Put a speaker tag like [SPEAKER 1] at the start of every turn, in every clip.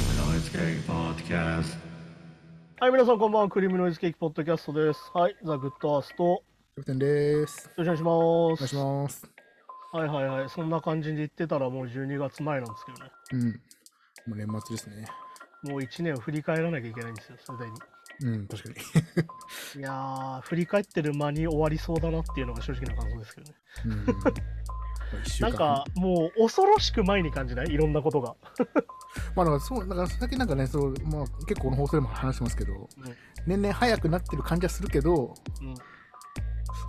[SPEAKER 1] ケーキポッドキャス
[SPEAKER 2] はい、皆さんこんばんは。クリームノイズケーキポッドキャストです。はい、ザ・グッドアースト、よ
[SPEAKER 3] キャプテンです。
[SPEAKER 2] ろしくお願い
[SPEAKER 3] お願いし
[SPEAKER 2] しま
[SPEAKER 3] ます。
[SPEAKER 2] す。はいはいはい。そんな感じで言ってたらもう12月前なんですけどね。
[SPEAKER 3] うん。もう年末ですね。
[SPEAKER 2] もう1年を振り返らなきゃいけないんですよ、すでに。
[SPEAKER 3] うん、確か に。
[SPEAKER 2] いやー、振り返ってる間に終わりそうだなっていうのが正直な感想ですけどね。
[SPEAKER 3] うん。まあ一週
[SPEAKER 2] な
[SPEAKER 3] 間
[SPEAKER 2] んか、もう恐ろしく前に感じないいろんなことが。
[SPEAKER 3] まあ、なんかそう、なんか、最近なんかね、そう、まあ、結構この放送でも話してますけど、年々早くなってる感じはするけど、
[SPEAKER 2] うん。
[SPEAKER 3] で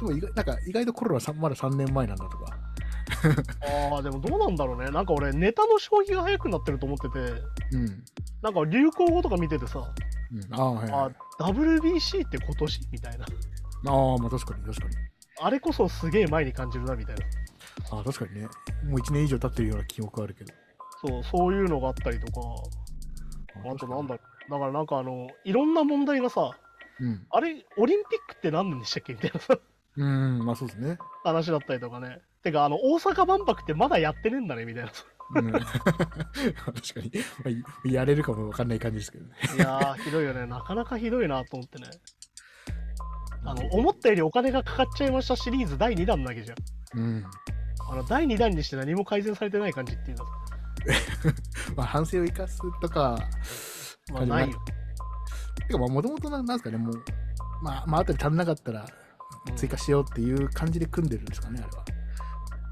[SPEAKER 3] も意外、なんか、意外とコロナさまだ3年前なんだとか。
[SPEAKER 2] あー、でもどうなんだろうね。なんか俺、ネタの消費が早くなってると思ってて、
[SPEAKER 3] うん。
[SPEAKER 2] なんか流行語とか見ててさ、
[SPEAKER 3] うん、ああ、はい、は
[SPEAKER 2] あ
[SPEAKER 3] い。、
[SPEAKER 2] WBC って今年みたいな。
[SPEAKER 3] ああ、まあ、確かに、確かに。
[SPEAKER 2] あれこそすげえ前に感じるなみたいな。
[SPEAKER 3] ああ、確かにね。もう1年以上経ってるような記憶あるけど。
[SPEAKER 2] そう、そういうのがあったりとか、あとなんだろう。だからなんかあの、いろんな問題がさ、
[SPEAKER 3] うん。
[SPEAKER 2] あれ、オリンピックって何年でしたっけみたいなさ、
[SPEAKER 3] うん、まあ、そうですね。
[SPEAKER 2] 話だったりとかね。てか、あの、大阪万博ってまだやってねえんだね、みたいなさ。
[SPEAKER 3] う ん 確かに、まあい、やれるかもわかんない感じですけどね。
[SPEAKER 2] いやー、ひどいよね。なかなかひどいなと思ってね。あの、思ったよりお金がかかっちゃいましたシリーズ第2弾だけじゃん。
[SPEAKER 3] うん。
[SPEAKER 2] あの、第2弾にして何も改善されてない感じっていうのは、
[SPEAKER 3] まあ、反省を生かすとか、
[SPEAKER 2] まあ、ないよ。
[SPEAKER 3] てか、もともとなんですかね、もう、まあ、まあ、後で足んなかったら
[SPEAKER 2] うん
[SPEAKER 3] 追加しようっていう感じで組んでるんですかね、あれは。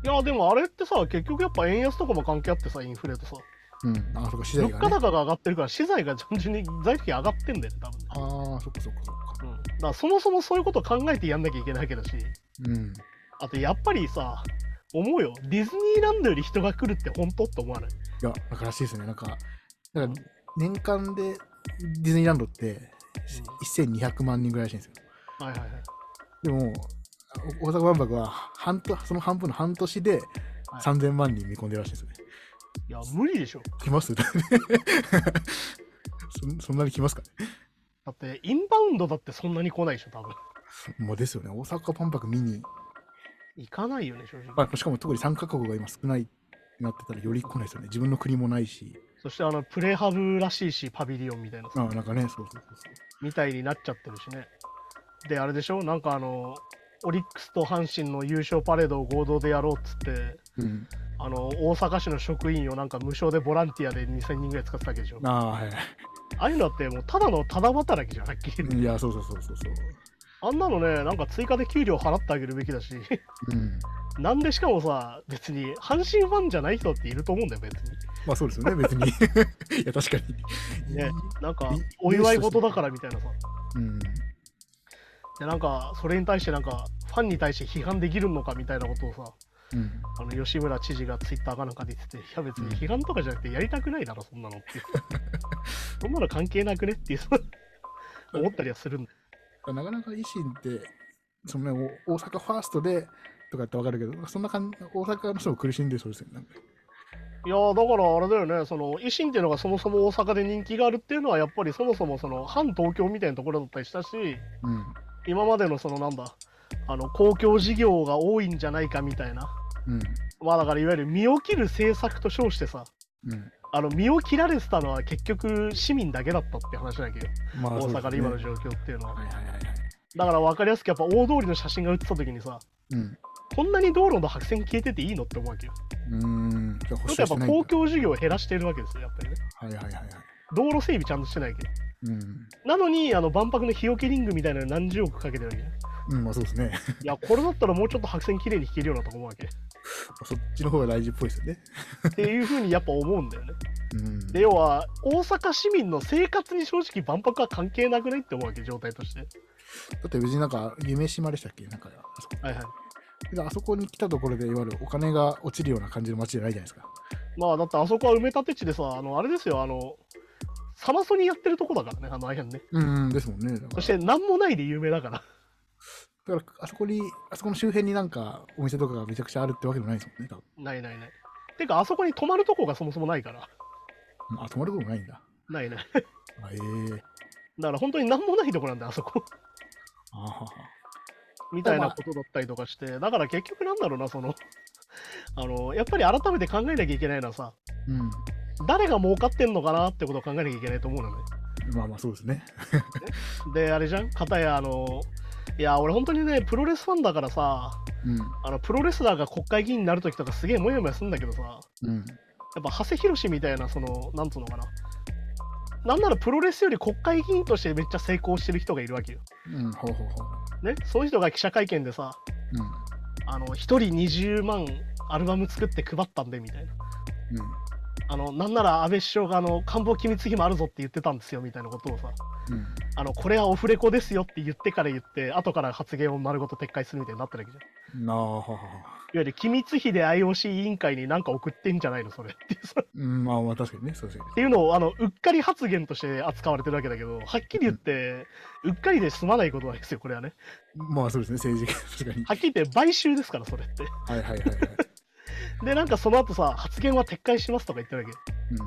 [SPEAKER 2] いや、でもあれってさ、結局やっぱ円安とかも関係あってさ、インフレとさ。
[SPEAKER 3] うん。あ、そっか、資材
[SPEAKER 2] 物
[SPEAKER 3] が
[SPEAKER 2] 価
[SPEAKER 3] ね。
[SPEAKER 2] 高が上がってるから、資材が単純に財布費上がってんだよね、多分ね。
[SPEAKER 3] ああ、そっかそっかそっか。
[SPEAKER 2] うん、だからそもそもそういうことを考えてやんなきゃいけないわけだし、
[SPEAKER 3] うん。
[SPEAKER 2] あとやっぱりさ、思うよ、ディズニーランドより人が来るって本当って思わない。
[SPEAKER 3] いや、なんからしいですね。なんか、なんか年間でディズニーランドって1200万人ぐらいらしいんですよ。
[SPEAKER 2] はいはいはい。
[SPEAKER 3] でも、お大阪万博は半年、その半分の半年で
[SPEAKER 2] はい
[SPEAKER 3] 3000万人見込んでるらしいですよね。
[SPEAKER 2] いや、無理でしょ。
[SPEAKER 3] 来ます そそんなに来ますかね
[SPEAKER 2] だって、インバウンドだってそんなに来ないでしょ、多分。
[SPEAKER 3] もうですよね、大阪万博見に、
[SPEAKER 2] 行かないよね、正直。
[SPEAKER 3] まあ、しかも特に参加国が今少ないってなってたらより来ないですよね。自分の国もないし、
[SPEAKER 2] そして、あの、プレハブらしいし、パビリオンみたいなさ
[SPEAKER 3] あなんかね、そうそうそうそ
[SPEAKER 2] みたいになっちゃってるしね。で、あれでしょなんかあの、オリックスと阪神の優勝パレードを合同でやろうっつって、
[SPEAKER 3] う。うん、
[SPEAKER 2] あの大阪市の職員をなんか無償でボランティアで2000人ぐらい使ってたわけでしょあ
[SPEAKER 3] ああ、はい。
[SPEAKER 2] あいうのってもうただのただ働きじゃんはっきり言って
[SPEAKER 3] いや、そうそうそうそうそう。
[SPEAKER 2] あんなのねなんか追加で給料払ってあげるべきだし
[SPEAKER 3] うん。
[SPEAKER 2] なんでしかもさ別に阪神ファンじゃない人だっていると思うんだよ別
[SPEAKER 3] まあそうですよね、別に。 いや、確か
[SPEAKER 2] に
[SPEAKER 3] に。
[SPEAKER 2] ねなんか
[SPEAKER 3] い
[SPEAKER 2] お祝い事だからみたいなさ
[SPEAKER 3] うん。
[SPEAKER 2] でなんかそれに対してなんかファンに対して批判できるのかみたいなことをさ
[SPEAKER 3] うん。
[SPEAKER 2] あの吉村知事がツイッターかなんかで言ってて、いや別に批判とかじゃなくてやりたくないだろ、そんなの っていう。そんなの関係なくねっていう、思ったりはするんだ
[SPEAKER 3] なかなか維新って、そのね、お大阪ファーストでとかってわかるけど、そんな感じ、大阪の人も苦しんでそうですよね。なんか
[SPEAKER 2] いやーだからあれだよね、その維新っていうのがそもそも大阪で人気があるっていうのは、やっぱりそもそもその反東京みたいなところだったりしたし、今までのそのなんだ、あの公共事業が多いんじゃないかみたいな、
[SPEAKER 3] うん。
[SPEAKER 2] まあだからいわゆる身を切る政策と称してさ、
[SPEAKER 3] うん。うん。
[SPEAKER 2] あの身を切られてたのは結局市民だけだったって話なわけよ、
[SPEAKER 3] ま
[SPEAKER 2] 大阪で今の
[SPEAKER 3] 状
[SPEAKER 2] 状況っていうのは。
[SPEAKER 3] はいはいはいはい。
[SPEAKER 2] だから分かりやすくやっぱ大通りの写真が写った時にさ
[SPEAKER 3] うん。
[SPEAKER 2] こんなに道路の白線消えてていいのって思うわけよ。
[SPEAKER 3] うーん。じゃあ保
[SPEAKER 2] ちょっ
[SPEAKER 3] 守
[SPEAKER 2] と
[SPEAKER 3] は
[SPEAKER 2] やっぱ
[SPEAKER 3] してないんだ
[SPEAKER 2] 公共事業を減らしてるわけですよやっぱりね。
[SPEAKER 3] はいはいはいはい。
[SPEAKER 2] 道路整備ちゃんとしてないけど。
[SPEAKER 3] うん。
[SPEAKER 2] なのにあの万博の日よけリングみたいなのに何十億かけてるわけよ。
[SPEAKER 3] うん、まあそうですね。
[SPEAKER 2] いやこれだったらもうちょっと白線きれいに引けるようなとこ思うわけ。っ
[SPEAKER 3] そっちの方が大事っぽいですよね。
[SPEAKER 2] ていうふうにやっぱ思うんだよね。
[SPEAKER 3] うん。
[SPEAKER 2] で要は大阪市民の生活に正直万博は関係なくないって思うわけ状態として。
[SPEAKER 3] だって別になんか、夢島でしたっけなんかあそこ
[SPEAKER 2] はいはい。
[SPEAKER 3] であそこに来たところで、いわゆるお金が落ちるような感じの街じゃないじゃないですか。
[SPEAKER 2] まあだってあそこは埋め立て地でさあのあれですよあのサマソニやってるとこだからねあのあやんね。
[SPEAKER 3] うん、ですもんね。だから
[SPEAKER 2] そして何もないで有名だから。
[SPEAKER 3] だからあそこに、あそこの周辺になんかお店とかがめちゃくちゃあるってわけでもないですもんね、多分
[SPEAKER 2] ないないない。てか、あそこに泊まるとこがそもそもないから。
[SPEAKER 3] うん。あ、泊まることもないんだ。
[SPEAKER 2] ないない。
[SPEAKER 3] あええ
[SPEAKER 2] だから本当に何もないとこなんだよ、あそこ。
[SPEAKER 3] あはは。
[SPEAKER 2] みたいなことだったりとかして、だから結 局なんだろうな、その、あの、やっぱり改めて考えなきゃいけないのはさ、
[SPEAKER 3] うん。
[SPEAKER 2] 誰が儲かってんのかなってことを考えなきゃいけないと思うのね。
[SPEAKER 3] まあまあそうですね。
[SPEAKER 2] で、あれじゃん、片やあの、いや、俺本当にね、プロレスファンだからさ、
[SPEAKER 3] うん。
[SPEAKER 2] あのプロレスラーが国会議員になるときとかすげえもやもやするんだけどさ、や
[SPEAKER 3] うん。
[SPEAKER 2] っぱ長谷博みたいな、その、なんつうのかな。なんならプロレスより国会議員としてめっちゃ成功してる人がいるわけよ。
[SPEAKER 3] うん。ほうほうほう。
[SPEAKER 2] ね、その人が記者会見でさ、あの、1人20万アルバム作って配ったんでみたいな。
[SPEAKER 3] うん。
[SPEAKER 2] あの、なんなら安倍首相があの官房機密費もあるぞって言ってたんですよみたいなことをさ、
[SPEAKER 3] うん。
[SPEAKER 2] あの、これはオフレコですよって言ってから言って、後から発言を丸ごと撤回するみたいになってるわけじゃん。い
[SPEAKER 3] うん。なあ、ほうほう
[SPEAKER 2] わ
[SPEAKER 3] ほ
[SPEAKER 2] ゆる機密費で IOC 委員会に何か送ってんじゃないのそれっていう さ。
[SPEAKER 3] う。うん。まあまあ確かにね、そうですね。
[SPEAKER 2] っていうのをあのうっかり発言として扱われてるわけだけどはっきり言って、うっかりで済まないことなんですよこれはね
[SPEAKER 3] まあそうですね、政治家、 確かに。
[SPEAKER 2] はっきり言って買収ですからそれって
[SPEAKER 3] はいはいはいはい。
[SPEAKER 2] でなんかその後さ発言は撤回しますとか言ってるわ
[SPEAKER 3] うん。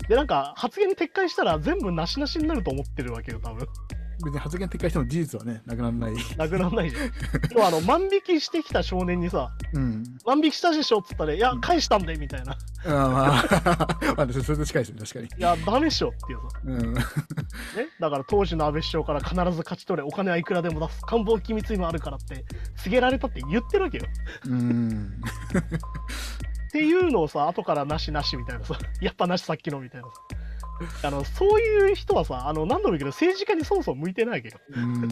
[SPEAKER 2] けでなんか発言撤回したら全部なしなしになると思ってるわけよ多分
[SPEAKER 3] 別に発言撤回しても事実はね、なくならない。
[SPEAKER 2] なくならないじゃん要はあの万引きしてきた少年にさ
[SPEAKER 3] うん。
[SPEAKER 2] 万引きしたでしょっつったら「いや
[SPEAKER 3] うん
[SPEAKER 2] 返したんで」みたいな「
[SPEAKER 3] あー まあ、まあ、それと近いですね、確か
[SPEAKER 2] いやダメっしょ」っていうさ
[SPEAKER 3] に。うん。
[SPEAKER 2] ね、だから当時の安倍首相から必ず勝ち取れお金はいくらでも出す官房機密費もあるからって告げられたって言ってるわけよ
[SPEAKER 3] うん。
[SPEAKER 2] っていうのをさ後からなしなしみたいなさやっぱなしさっきのみたいなさあのそういう人はさあの何度も言うけど政治家にそもそも向いてないわけど
[SPEAKER 3] うん。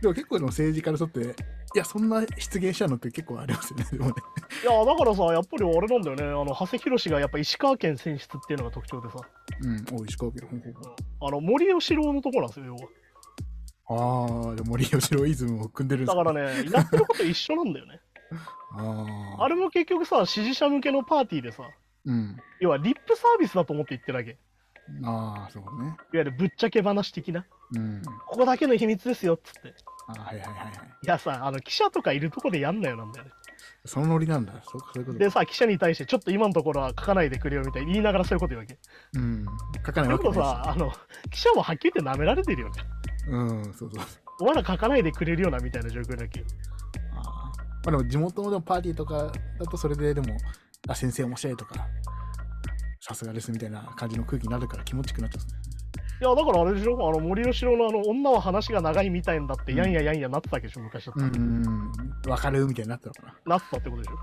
[SPEAKER 3] でも結構でも政治家の人って、いや、そんな失言したのって結構ありますよね、で もね。
[SPEAKER 2] いやだからさやっぱりあれなんだよねあの長谷博がやっぱ石川県選出っていうのが特徴でさ
[SPEAKER 3] うん、大石川家の方向
[SPEAKER 2] あの森喜朗のところなんですよ要は
[SPEAKER 3] ああ、でも森喜朗イズムを組んでるんです
[SPEAKER 2] だからね やってること一緒なんだよね
[SPEAKER 3] ああ。
[SPEAKER 2] あれも結局さ支持者向けのパーティーでさ
[SPEAKER 3] うん。
[SPEAKER 2] 要はリップサービスだと思って言ってるわけいわ
[SPEAKER 3] ああ、そうね。
[SPEAKER 2] ゆるぶっちゃけ話的な
[SPEAKER 3] うん。
[SPEAKER 2] ここだけの秘密ですよっつって
[SPEAKER 3] あーはいはいはいはい。
[SPEAKER 2] いやさあの記者とかいるとこでやんなよなんだよね
[SPEAKER 3] そのノリなんだ。そうか、そういうことか。
[SPEAKER 2] でさ、記者に対して、ちょっと今のところは書かないでくれよみたいに言いながらそういうこと言うわけ。
[SPEAKER 3] うん。書かない
[SPEAKER 2] で
[SPEAKER 3] わけ
[SPEAKER 2] も
[SPEAKER 3] ないし
[SPEAKER 2] さ、あの、記者もはっきり言って舐められてるよね。
[SPEAKER 3] うん、そうそう。
[SPEAKER 2] お前ら書かないでくれるようなみたいな状況だけど。
[SPEAKER 3] あーまあでも地元のでもパーティーとかだとそれででも、あ、先生面白いとか、さすがですみたいな感じの空気になるから気持ちよくなっちゃう。
[SPEAKER 2] いや、だからあれでしょ、あの森喜朗のあの、女は話が長いみたいんだって、
[SPEAKER 3] うん
[SPEAKER 2] やんややんやなってたわけでしょ、昔だった
[SPEAKER 3] う
[SPEAKER 2] ら。
[SPEAKER 3] ん、わかるみたいになったのか
[SPEAKER 2] な
[SPEAKER 3] な。
[SPEAKER 2] ってたってことでしょ。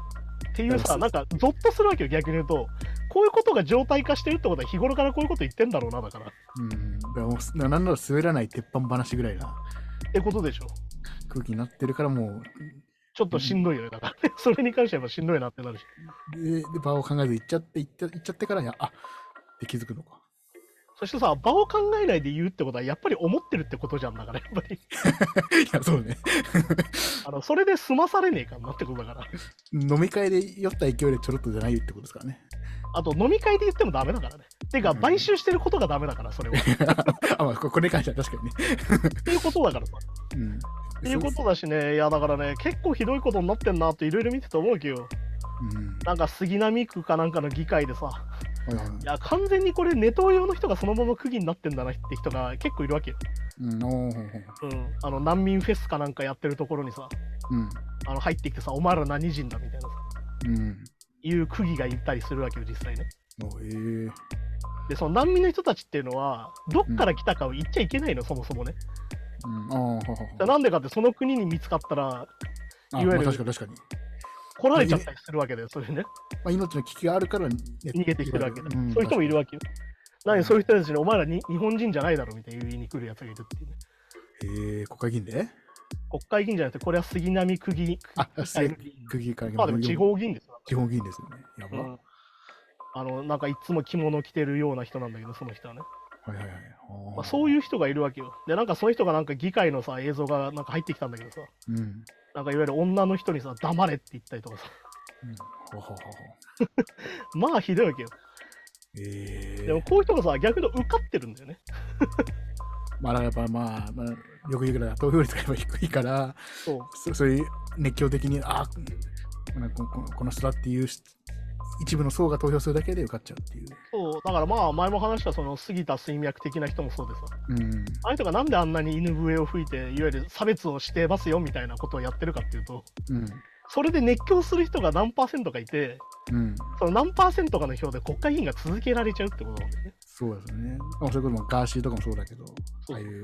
[SPEAKER 2] っていう
[SPEAKER 3] そ
[SPEAKER 2] さ、
[SPEAKER 3] う
[SPEAKER 2] なんか、ゾッとするわけよ、逆に言うと。こういうことが常態化してるってことは、日頃からこういうこと言ってんだろうな、だから。っ
[SPEAKER 3] うん、だからもうななんなら滑らない鉄板話ぐらいな
[SPEAKER 2] てことでしょ。
[SPEAKER 3] 空気になってるからも
[SPEAKER 2] ちょっとしんどいよね、だから、 ね。それに関してはやっぱしんどいなってなるし。
[SPEAKER 3] う、で、で場を考えず行っちゃって、行っちゃ行っちゃってから、いやあって気づくのか。
[SPEAKER 2] そしてさ、場を考えないで言うってことは、やっぱり思ってるってことじゃんだから、やっぱり。
[SPEAKER 3] いや、そうね。
[SPEAKER 2] あのそれで済まされねえかなってことだから。
[SPEAKER 3] 飲み会で酔った勢いでちょろっとじゃないってことですからね。
[SPEAKER 2] あと飲み会で言ってもダメだからね。てか
[SPEAKER 3] うん
[SPEAKER 2] 買収してることがダメだからそれは。っ
[SPEAKER 3] あ、まあ、ここれに関しては確かにね。
[SPEAKER 2] ていうことだからさ。
[SPEAKER 3] うん。
[SPEAKER 2] っていうことだしね、いやだからね、結構ひどいことになってんなっていろいろ見てて思うけど、
[SPEAKER 3] うん。
[SPEAKER 2] なんか杉並区かなんかの議会でさ、
[SPEAKER 3] はいはい
[SPEAKER 2] いや完全にこれネトウ用の人がそのまま区議になってんだなって人が結構いるわけよ。
[SPEAKER 3] うん、おーほんほん
[SPEAKER 2] うん。あの難民フェスかなんかやってるところにさ、
[SPEAKER 3] うん。
[SPEAKER 2] あの入ってきてさ、お前ら何人だみたいなさ、
[SPEAKER 3] うん。
[SPEAKER 2] いう区議がいたりするわけよ、実際ね。
[SPEAKER 3] おえー、
[SPEAKER 2] で、その難民の人たちっていうのは、どっから来たかを言っちゃいけないの、そもそもね。
[SPEAKER 3] うん。ああ、はは
[SPEAKER 2] だなんでかってその国に見つかったら
[SPEAKER 3] あ、
[SPEAKER 2] いわゆ
[SPEAKER 3] ま
[SPEAKER 2] る
[SPEAKER 3] あ、確かに確かに。
[SPEAKER 2] 来られちゃったりするわけだよそれね
[SPEAKER 3] まあ、命の危機があるから、ね、
[SPEAKER 2] 逃げてきてるわけだ、
[SPEAKER 3] ん
[SPEAKER 2] そういう人もいるわけよ何
[SPEAKER 3] うん
[SPEAKER 2] そういう人たちにお前らに日本人じゃないだろみたいな言いに来るやつがいるっていうね
[SPEAKER 3] 確かにえー、国会議員で
[SPEAKER 2] 国会議員じゃなくてこれは杉並区議
[SPEAKER 3] あ、
[SPEAKER 2] 区
[SPEAKER 3] 政
[SPEAKER 2] 議
[SPEAKER 3] 区議会議員
[SPEAKER 2] まあでも地方議員ですよ、
[SPEAKER 3] 地方議員ですよね。やば。
[SPEAKER 2] う
[SPEAKER 3] は
[SPEAKER 2] んあのなんかいつも着物着てるような人なんだけどその人はね、
[SPEAKER 3] いはいはい。
[SPEAKER 2] まあ、そう
[SPEAKER 3] う。
[SPEAKER 2] いう人がいるわけよでなんかその人がなんか議会のさ映像がなんか入ってきたんだけどさ
[SPEAKER 3] うん。うん
[SPEAKER 2] なんかいわゆる女の人にさ黙れって言ったりとかさ
[SPEAKER 3] ほうほうほうほう。
[SPEAKER 2] まあひどいわけよ
[SPEAKER 3] え
[SPEAKER 2] で
[SPEAKER 3] え
[SPEAKER 2] もこういう人がさ逆に受かってるんだよね
[SPEAKER 3] まあ、だからやっぱまあ、まあ、よく言うけど、投票率がやっぱ低いから、
[SPEAKER 2] そう
[SPEAKER 3] そそういう熱狂的に、あこのこのこの人だっていうし一部の層が投票するだけで受かっちゃうっていう。
[SPEAKER 2] そうだからまあ前も話したその杉田水脈的な人もそうでさ
[SPEAKER 3] うん。
[SPEAKER 2] ああいう人がなんであんなに犬笛を吹いていわゆる差別をしてますよみたいなことをやってるかっていうと
[SPEAKER 3] うん。
[SPEAKER 2] それで熱狂する人が何パーセントかいて
[SPEAKER 3] うん。
[SPEAKER 2] その何パーセントかの票で国会議員が続けられちゃうってことなんだよね。
[SPEAKER 3] そうですよね。まあ、それこそまあガーシーとかもそうだけど、
[SPEAKER 2] そ
[SPEAKER 3] あ
[SPEAKER 2] う
[SPEAKER 3] あいう。いや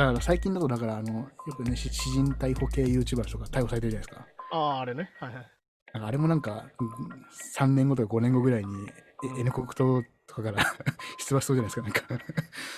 [SPEAKER 3] だから最近だと、だからあの、よくね、し詩人逮捕系 YouTuber の人が逮捕されてるじゃないですか。
[SPEAKER 2] ああ、あれね。はいはい。
[SPEAKER 3] なんかあれもなんか、うん3年後とか5年後ぐらいに、え N 国党とかから 出馬しそうじゃないですか、なんか。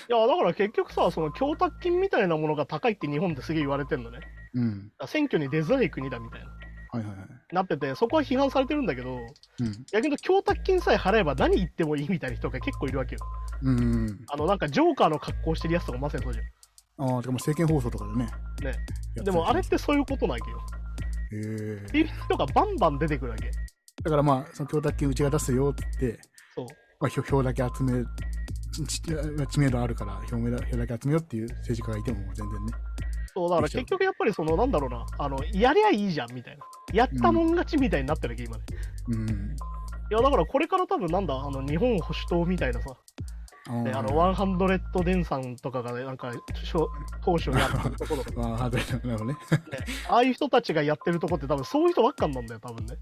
[SPEAKER 2] いや、だから結局さ、その供託金みたいなものが高いって日本ですげえ言われてんのね。だか
[SPEAKER 3] うん。
[SPEAKER 2] ら選挙に出づらい国だみたいな。
[SPEAKER 3] はいはいはい。
[SPEAKER 2] なってて、そこは批判されてるんだけど、
[SPEAKER 3] うん。
[SPEAKER 2] 逆に供託金さえ払えば何言ってもいいみたいな人が結構いるわけよ。
[SPEAKER 3] うんうんうん。
[SPEAKER 2] あの、なんかジョーカーの格好してるやつとかまさにそうじゃん。
[SPEAKER 3] ああ、てかもう政見放送とかで
[SPEAKER 2] ね
[SPEAKER 3] ね。やってたり
[SPEAKER 2] でもあれってそういうことなわけよ。
[SPEAKER 3] へー
[SPEAKER 2] っていう人がバンバン出てくるわけ。
[SPEAKER 3] だからまあ、その供託金うちが出すよって言って、
[SPEAKER 2] そう。
[SPEAKER 3] まあ、票票だけ集め、知知名度あるから票名だ、票だけ集めようっていう政治家がいてももう全然ね。
[SPEAKER 2] そうだから結局やっぱりそのなんだろうなあのやりゃいいじゃんみたいなやったもん勝ちみたいになってるわけ今ね
[SPEAKER 3] うん。
[SPEAKER 2] いやだからこれから多分なんだあの日本保守党みたいなさ、
[SPEAKER 3] あー
[SPEAKER 2] ねあのワンハンドレッドデンさんとかがねなんかしょ当初やってるところとか
[SPEAKER 3] まあ、ハードルなのね。
[SPEAKER 2] ああいう人たちがやってるとこって多分そういう人ばっかなんだよ多分ね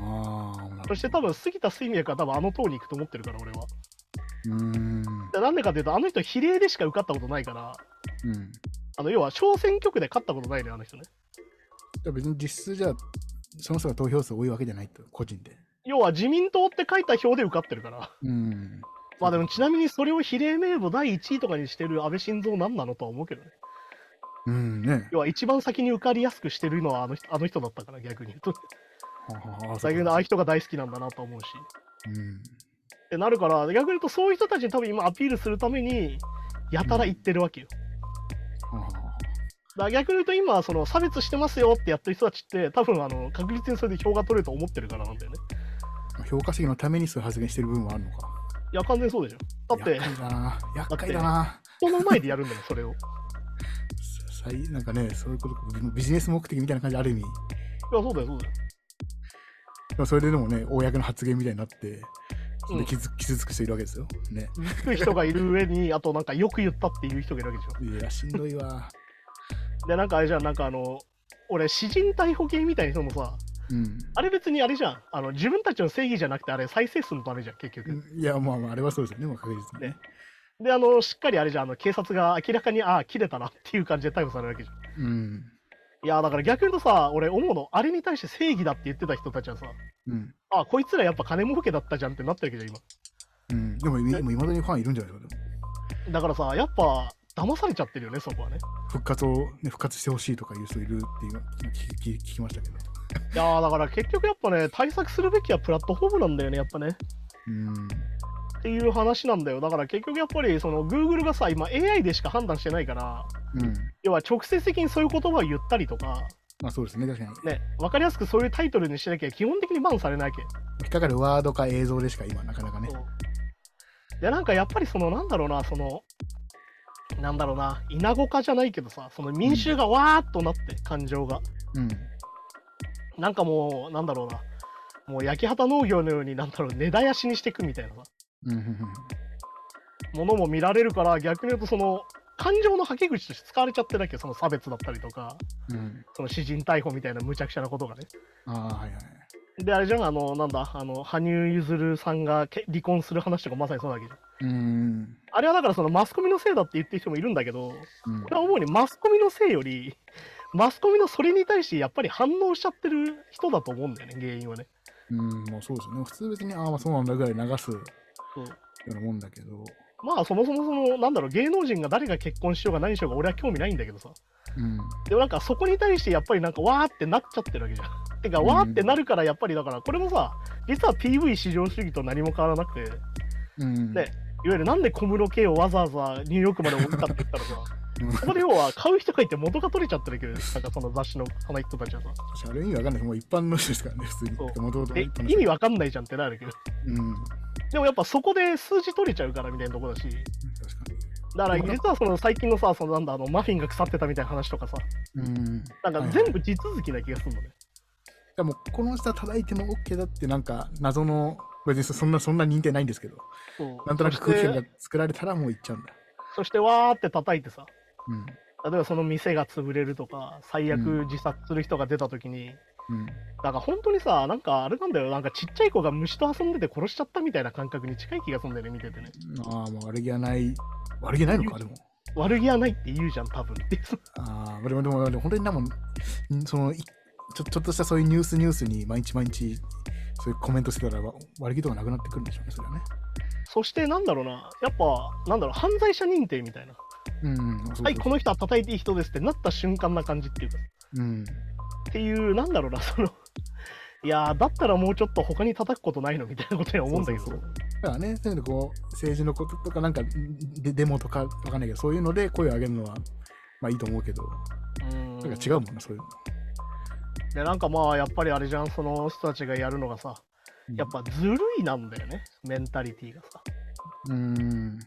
[SPEAKER 3] ああ、なるほ
[SPEAKER 2] そして多分杉田水脈は多分あの党に行くと思ってるから俺は
[SPEAKER 3] ど。うーん。
[SPEAKER 2] でなんでかっていうとあの人比例でしか受かったことないから
[SPEAKER 3] うん。
[SPEAKER 2] あの要は小選挙区で勝ったことないのよあの人ね
[SPEAKER 3] じゃあ別に実質じゃあ、その人が投票数多いわけじゃないと、個人で。
[SPEAKER 2] 要は自民党って書いた票で受かってるから
[SPEAKER 3] うん。
[SPEAKER 2] まあでもちなみにそれを比例名簿第1位とかにしてる安倍晋三なんなのとは思うけどね。
[SPEAKER 3] うんね。
[SPEAKER 2] 要は一番先に受かりやすくしてるのはあの人あの人だったから逆に言うと。
[SPEAKER 3] ははは
[SPEAKER 2] 最近ああいう人が大好きなんだなとは思うし。
[SPEAKER 3] うん。
[SPEAKER 2] ってなるから逆に言うとそういう人たちに多分今アピールするためにやたら言ってるわけよ。
[SPEAKER 3] ははは
[SPEAKER 2] だから逆に言うと今その差別してますよってやってる人たちって多分あの確実にそれで票が取れると思ってるからなんだよね。
[SPEAKER 3] 評価席のためにそういう発言してる部分はあるのか。
[SPEAKER 2] いや完全にそうでしょ。だって
[SPEAKER 3] 厄介だな。厄介だな。
[SPEAKER 2] 人の前でやるんだよそれを。い
[SPEAKER 3] さいなんかね、そういうこと、ビビジネス目的みたいな感じ、ある意味。
[SPEAKER 2] やそうだよそうだよ。
[SPEAKER 3] でもそれででもね、公の発言みたいになって、
[SPEAKER 2] う
[SPEAKER 3] それ
[SPEAKER 2] ん
[SPEAKER 3] で傷傷つく人いるわけですよ。ね。
[SPEAKER 2] 低い人がいる上にあとなんかよく言ったっていう人がいるわけでしょ。
[SPEAKER 3] いや、しんどいわ。
[SPEAKER 2] でなんかあれじゃんなんかあの俺詩人逮捕系みたいな人もさ
[SPEAKER 3] うん。
[SPEAKER 2] あれ別にあれじゃんあの自分たちの正義じゃなくてあれ再生数のためじゃん結局、
[SPEAKER 3] いや、まあまあ、あれはそうですよね、もう確実にね。
[SPEAKER 2] ねであのしっかりあれじゃんあの警察が明らかにああ切れたなっていう感じで逮捕されるわけじゃん
[SPEAKER 3] うん。
[SPEAKER 2] いやだから逆に言うとさ俺思うのあれに対して正義だって言ってた人たちはさ
[SPEAKER 3] うん。
[SPEAKER 2] ああこいつらやっぱ金儲けだったじゃんってなってるわけじゃん
[SPEAKER 3] うん、でも、いでも未だにファンいるんじゃないですか、でも
[SPEAKER 2] 今だからさやっぱ騙されちゃってるよねそこはね
[SPEAKER 3] 復活を、ね、復活してほしいとかいう人いるっていうの聞き聞き聞きましたけど。
[SPEAKER 2] いやだから結局やっぱね対策するべきはプラットフォームなんだよねやっぱね
[SPEAKER 3] うん。
[SPEAKER 2] っていう話なんだよだから結局やっぱりその Google がさ今 AI でしか判断してないから
[SPEAKER 3] うん。
[SPEAKER 2] 要は直接的にそういう言葉を言ったりとか、
[SPEAKER 3] まあそうですね、確かに。
[SPEAKER 2] ね、分かりやすくそういうタイトルにしなきゃ基本的にバンされないわけ。
[SPEAKER 3] 引っかかるワードか映像でしか今、なかなかね。
[SPEAKER 2] そうでなんかやっぱりそのなんだろうなそのなんだろうな稲子化じゃないけどさその民衆がわーっとなって感情が
[SPEAKER 3] うん。
[SPEAKER 2] なんかもうなんだろうなもう焼き畑農業のようになんだろう根絶やしにしていくみたいなさ
[SPEAKER 3] うん。うん
[SPEAKER 2] ものも見られるから逆に言うとその感情のはけ口として使われちゃってるだけよその差別だったりとか
[SPEAKER 3] うん。うん。
[SPEAKER 2] その詩人逮捕みたいな無茶苦茶なことがね
[SPEAKER 3] ああ、はいはい。
[SPEAKER 2] で、あれじゃん、あの、なんだ、あの、羽生結弦さんがけ離婚する話とかまさにそうだけど。
[SPEAKER 3] うん。
[SPEAKER 2] あれはだからそのマスコミのせいだって言ってる人もいるんだけど、
[SPEAKER 3] うん
[SPEAKER 2] これは主にマスコミのせいより、マスコミのそれに対してやっぱり反応しちゃってる人だと思うんだよね、原因はね。
[SPEAKER 3] うん、もうそうですよね。普通別に、ああ、まあそうなんだぐらい流すよ
[SPEAKER 2] そう
[SPEAKER 3] うなもんだけど、
[SPEAKER 2] まあそもそもその、なんだろう、芸能人が誰が結婚しようが何しようが俺は興味ないんだけどさ。
[SPEAKER 3] うん、
[SPEAKER 2] でもなんかそこに対してやっぱりなんかわーってなっちゃってるわけじゃん。 てか、
[SPEAKER 3] うん
[SPEAKER 2] わーってなるからやっぱりだから、これもさ、実は PV 至上主義と何も変わらなくて、
[SPEAKER 3] うん、
[SPEAKER 2] ねいわゆるなんで小室圭をわざわざニューヨークまで送ったって言ったらさ、
[SPEAKER 3] うん
[SPEAKER 2] そ こで要は買う人がいて元が取れちゃってるけど、なんかその雑誌の花人たちは さ、
[SPEAKER 3] あれ意味わかんないです。もう一般の人ですからね、普通に。
[SPEAKER 2] そう
[SPEAKER 3] てか元々
[SPEAKER 2] え
[SPEAKER 3] 一般の
[SPEAKER 2] 意
[SPEAKER 3] 人
[SPEAKER 2] 味わかんないじゃんってなるけど、
[SPEAKER 3] うん、
[SPEAKER 2] でもやっぱそこで数字取れちゃうからみたいなとこだし、
[SPEAKER 3] 確か
[SPEAKER 2] だから
[SPEAKER 3] うん
[SPEAKER 2] 実はその最近のさ、そのなんだ、あのマフィンが腐ってたみたいな話とかさ、
[SPEAKER 3] に。うん、
[SPEAKER 2] なんか
[SPEAKER 3] はい
[SPEAKER 2] 全
[SPEAKER 3] はい
[SPEAKER 2] 部地続きな気がするのね。
[SPEAKER 3] でもこの下叩いても OK だって、なんか謎の、別にそんな、そんな認定ないんですけど、
[SPEAKER 2] そう
[SPEAKER 3] なんとなく空気
[SPEAKER 2] そし
[SPEAKER 3] が
[SPEAKER 2] て
[SPEAKER 3] 作られたらもう行っちゃうんだ。
[SPEAKER 2] そしてわーって叩いてさ、
[SPEAKER 3] うん、
[SPEAKER 2] 例えばその店が潰れるとか、最
[SPEAKER 3] う
[SPEAKER 2] 悪自殺する人が出た時に、
[SPEAKER 3] うん、
[SPEAKER 2] なんか本当にさなんかあれなんだよなんかちっちゃい子が虫と遊んでて殺しちゃったみたいな感覚に近い気がするんだよね見ててね
[SPEAKER 3] ああ、もう悪気はない。悪気ないのか、でも。
[SPEAKER 2] 悪気はないって言うじゃん多分っていう
[SPEAKER 3] ああ、俺もでも、でも本当になんもんそのいちょ、ちょっとしたそういうニュースニュースに毎日毎日、そういうコメントしてたらわ悪気とかなくなってくるんでしょうね、それはね。
[SPEAKER 2] そしてなんだろうなやっぱなんだろう犯罪者認定みたいな
[SPEAKER 3] うんうん、そうそうそう
[SPEAKER 2] はいこの人は叩いていい人ですってなった瞬間な感じっていうか
[SPEAKER 3] うん。
[SPEAKER 2] っていうなんだろうなその いやーだったらもうちょっと他に叩くことないのみたいなことには思うんだけど
[SPEAKER 3] そうそうだからね、そういうのこう、政治のこととか、なんか、でデモとか、わかんないけど、そういうので声を上げるのは、まあいいと思うけど、
[SPEAKER 2] うん
[SPEAKER 3] なんか違うもんな、そういうの。
[SPEAKER 2] でなんかまあやっぱりあれじゃんその人たちがやるのがさやっぱずるいなんだよねメンタリティーがさ
[SPEAKER 3] うん、うん。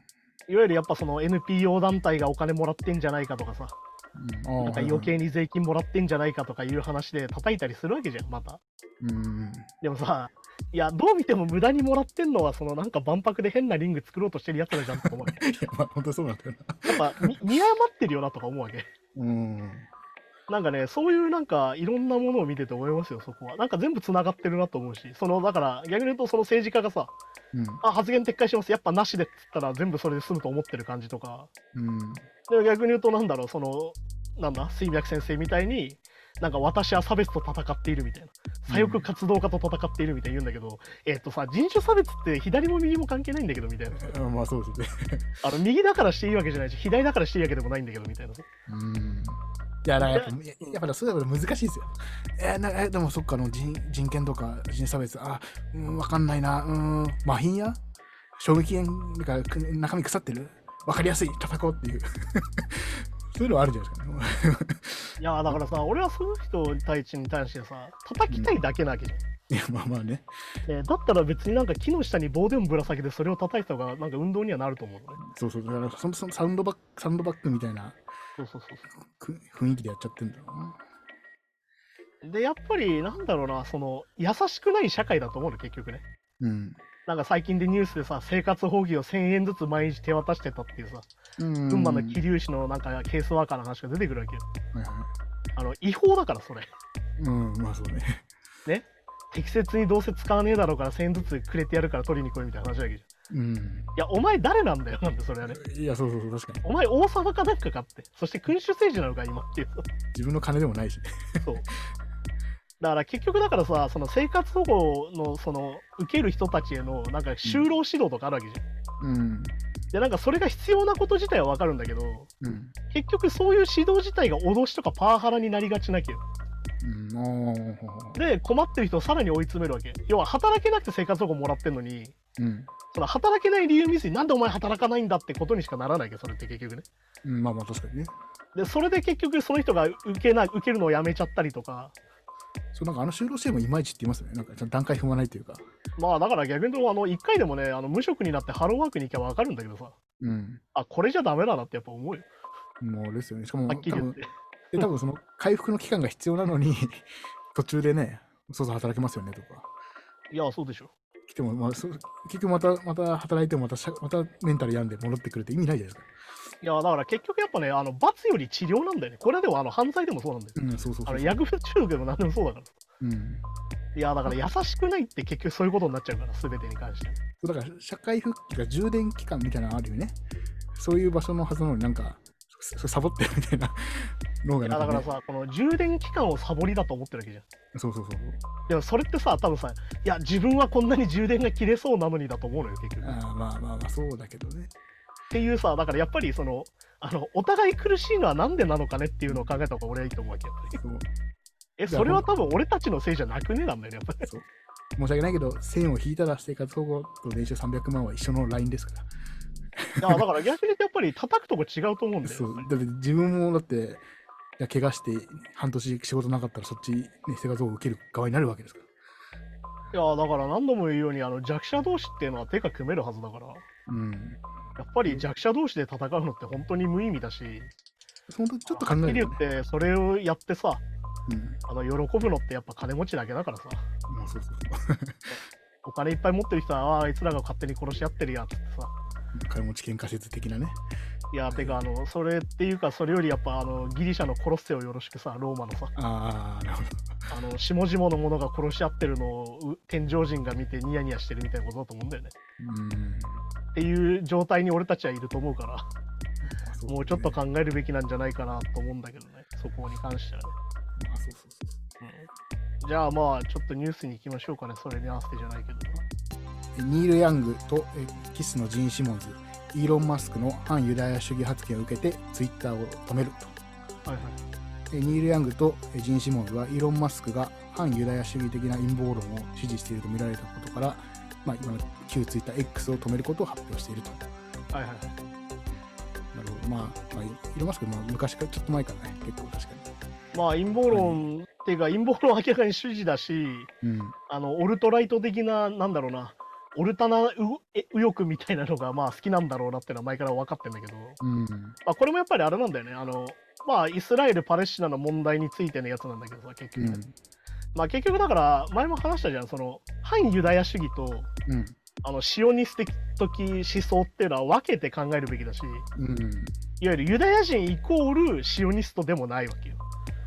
[SPEAKER 2] いわゆるやっぱその NPO 団体がお金もらってんじゃないかとかさ
[SPEAKER 3] な
[SPEAKER 2] なんか余計に税金もらってんじゃないかとかいう話で叩いたりするわけじゃんまた
[SPEAKER 3] うん。
[SPEAKER 2] でもさいやどう見ても無駄にもらってんのはそのなんか万博で変なリング作ろうとしてるやつらじゃんとか思うわけ
[SPEAKER 3] いや、まあ、本当にそうなんだよ
[SPEAKER 2] やっぱ み見誤ってるよなとか思うわけ
[SPEAKER 3] な。うん。
[SPEAKER 2] なんかね、そういうなんかいろんなものを見てて思いますよ、そこは。なんか全部つながってるなと思うし、そのだから逆に言うと、その政治家がさ、
[SPEAKER 3] うん。
[SPEAKER 2] あ発言撤回します、やっぱなしでっつったら全部それで済むと思ってる感じとか、
[SPEAKER 3] うん。
[SPEAKER 2] で逆に言うと、なんだろう、その、なんだ、水脈先生みたいに、なんか私は差別と戦っているみたいな、左翼活動家と戦っているみたいに言うんだけど、えっ、とさ、人種差別って左も右も関係ないんだけどみたいな、
[SPEAKER 3] あまあそうですね。
[SPEAKER 2] あの右だからしていいわけじゃないし、左だからしていいわけでもないんだけどみたいなさ。
[SPEAKER 3] うん。いや、だからやっぱ、いややっぱそういうのは難しいですよ。えー、なえでもそっかあの人、人権とか人種差別、あ、うん、わかんないな、うん、麻痺や賞味期限なんかく中身腐ってるわかりやすい、叩こうっていう。 そういうのはあるじゃないですかね。
[SPEAKER 2] いやーだからさ、俺はその人たちに対してさ、叩きたいだけなわけじゃん。
[SPEAKER 3] いや、まあまあね。
[SPEAKER 2] えーだったら別になんか木の下に棒でもぶら下げてそれを叩いた方がなんか運動にはなると思うのね。
[SPEAKER 3] そうそう、だからそのそのサウンドバック、サウンドバックみたいな
[SPEAKER 2] そうそうそうそ
[SPEAKER 3] く雰囲気でやっちゃってるんだろうな。
[SPEAKER 2] う。で、やっぱりなんだろうな、その優しくない社会だと思うの、結局ね。
[SPEAKER 3] うん。
[SPEAKER 2] なんか最近でニュースでさ、生活保護費を1000円ずつ毎日手渡してたっていうさ、
[SPEAKER 3] うん
[SPEAKER 2] 群馬の
[SPEAKER 3] 切
[SPEAKER 2] 桐
[SPEAKER 3] り。
[SPEAKER 2] 生市のなんかケースワーカーの話が出てくるわけよ。
[SPEAKER 3] はいは
[SPEAKER 2] あの、違法だからそれ。
[SPEAKER 3] い。うん、まあそうね。
[SPEAKER 2] 適切にどうせ使わねえだろうから1000円ずつくれてやるから取りに来いみたいな話だけじゃん。い
[SPEAKER 3] うん。
[SPEAKER 2] や、お前誰なんだよ、なんでそれはね。
[SPEAKER 3] いや、そうそうそう、確かに。
[SPEAKER 2] お前王様かなんかかってそして君主政治なのか今っていう
[SPEAKER 3] 自分の金でもないし。
[SPEAKER 2] そうだから結局だからさその生活保護のその受ける人たちへのなんか就労指導とかあるわけじゃん、
[SPEAKER 3] うん。
[SPEAKER 2] でなんかそれが必要なこと自体は分かるんだけど
[SPEAKER 3] うん。
[SPEAKER 2] 結局そういう指導自体が脅しとかパワハラになりがちなきゃ
[SPEAKER 3] うん、おー
[SPEAKER 2] で困ってる人をさらに追い詰めるわけ要は働けなくて生活保護もらってんのに
[SPEAKER 3] うん。
[SPEAKER 2] その働けない理由見ずになんでお前働かないんだってことにしかならないけどそれって結局ね
[SPEAKER 3] うん、まあまあ確かにね。
[SPEAKER 2] でそれで結局その人が受けな受けるのをやめちゃったりとか
[SPEAKER 3] そうなんかあの就労支援もいまいちって言いますよね。なんかちゃんと段階踏まないというか。
[SPEAKER 2] まあだから逆に言うとあの1回でもねあの無職になってハローワークに行けば分かるんだけどさ
[SPEAKER 3] うん。
[SPEAKER 2] あこれじゃダメだなってやっぱ思うよ
[SPEAKER 3] もうあれですよね。しかも、
[SPEAKER 2] はっきり
[SPEAKER 3] 多
[SPEAKER 2] 言っ
[SPEAKER 3] 分
[SPEAKER 2] て
[SPEAKER 3] で多分その回復の期間が必要なのに、 途中でね、そうそう働けますよねとか。
[SPEAKER 2] いやそうでしょ
[SPEAKER 3] 来ても、まあ、そう結局また、また働いてもまたしゃ、またメンタル病んで戻ってくるって意味ないじゃないですか。
[SPEAKER 2] いやだから結局やっぱねあの罰より治療なんだよねこれでもあの犯罪でもそうなんだよ
[SPEAKER 3] うん、そうそう
[SPEAKER 2] あ
[SPEAKER 3] そ
[SPEAKER 2] の
[SPEAKER 3] う。
[SPEAKER 2] 薬物中毒でも何でもそうだから
[SPEAKER 3] うん。
[SPEAKER 2] いやだから優しくないって結局そういうことになっちゃうから全てに関して
[SPEAKER 3] そうだから社会復帰が充電期間みたいなのあるよね。そういう場所のはずなのになんか、そそサボってるみたいな 脳が
[SPEAKER 2] い
[SPEAKER 3] な
[SPEAKER 2] や
[SPEAKER 3] ん
[SPEAKER 2] だ
[SPEAKER 3] か、
[SPEAKER 2] か
[SPEAKER 3] ね
[SPEAKER 2] ら。さこの充電期間をサボりだと思ってるわけじゃん
[SPEAKER 3] そうそうそう。
[SPEAKER 2] でもそれってさ多分さいや自分はこんなに充電が切れそうなのにだと思うのよ結局
[SPEAKER 3] あーまあまあまあ、そうだけどね。
[SPEAKER 2] っていうさだからやっぱりそのあのお互い苦しいのはなんでなのかねっていうのを考えた方が俺はいいと思うわけやっぱり
[SPEAKER 3] そう
[SPEAKER 2] えそれは多分俺たちのせいじゃなくねなんだよねやっぱり
[SPEAKER 3] そう申し訳ないけど、1000を引いたら生活保護と年収300万は一緒のラインですから。
[SPEAKER 2] いやだから逆に言うとやっぱり叩くとこ違うと思うんだよ
[SPEAKER 3] そうだって自分もだって、いや怪我して半年仕事なかったらそっち、ね、生活保護受ける側になるわけですから。
[SPEAKER 2] いやだから何度も言うようにあの弱者同士っていうのは手が組めるはずだからや
[SPEAKER 3] うん。
[SPEAKER 2] っぱり弱者同士で戦うのって本当に無意味だし
[SPEAKER 3] 本当ちょっと考える
[SPEAKER 2] る
[SPEAKER 3] よ
[SPEAKER 2] っ
[SPEAKER 3] ね。
[SPEAKER 2] てそれをやってさ
[SPEAKER 3] うん。
[SPEAKER 2] あの喜ぶのってやっぱ金持ちだけだからさ
[SPEAKER 3] まあそうそう
[SPEAKER 2] お金いっぱぱい持ってる人はあああいつらが勝手に殺し合ってるやつってさ
[SPEAKER 3] そう。金持ち喧嘩説的なね。
[SPEAKER 2] いや、てか、あの、それっていうか、それよりやっぱ、あの、ギリシャの殺せをよろしくさ、ローマのさ、
[SPEAKER 3] ああ、なるほど。
[SPEAKER 2] あの、下々の者が殺し合ってるのをう天上人が見てニヤニヤしてるみたいなことだと思うんだよね。
[SPEAKER 3] うん。
[SPEAKER 2] っていう状態に俺たちはいると思うから、
[SPEAKER 3] まあそ
[SPEAKER 2] もうちょっと考えるべきなんじゃないかなと思うんだけどね、そこに関してはね。
[SPEAKER 3] まあそうそうそ
[SPEAKER 2] じゃあまあ、ちょっとニュースに行きましょうかね、それに合わせてじゃないけど。
[SPEAKER 3] う。ニール・ヤングとえキスのジン・シモンズ、イーロン・マスクの反ユダヤ主義発言を受けて、ツイッターを止めると。
[SPEAKER 2] はいはい。
[SPEAKER 3] えニール・ヤングとえジン・シモンズはイーロン・マスクが反ユダヤ主義的な陰謀論を支持していると見られたことから、まあ、今の旧ツイッター X を止めることを発表していると。
[SPEAKER 2] はいはい。
[SPEAKER 3] なるほど。まあ、まあ、イーロン・マスク、まあ、昔からちょっと前からね、結構確か
[SPEAKER 2] まあ、陰謀論っていうか、陰謀論は明らかに主義だし、
[SPEAKER 3] に。うん。
[SPEAKER 2] あの、オルトライト的な、なんだろうな、オルタナうえ右翼みたいなのが、まあ、好きなんだろうなってのは前から分かってんだけど、
[SPEAKER 3] うん。
[SPEAKER 2] まあ、これもやっぱりあれなんだよね、あの、まあ、イスラエル・パレスチナの問題についてのやつなんだけどさ、結
[SPEAKER 3] う
[SPEAKER 2] 局ね。
[SPEAKER 3] ん。
[SPEAKER 2] まあ、結局だから、前も話したじゃん、その、反ユダヤ主義と、
[SPEAKER 3] うん。
[SPEAKER 2] あの、シオニス的思想っていうのは分けて考えるべきだし、
[SPEAKER 3] うん。
[SPEAKER 2] いわゆるユダヤ人イコールシオニストでもないわけよ。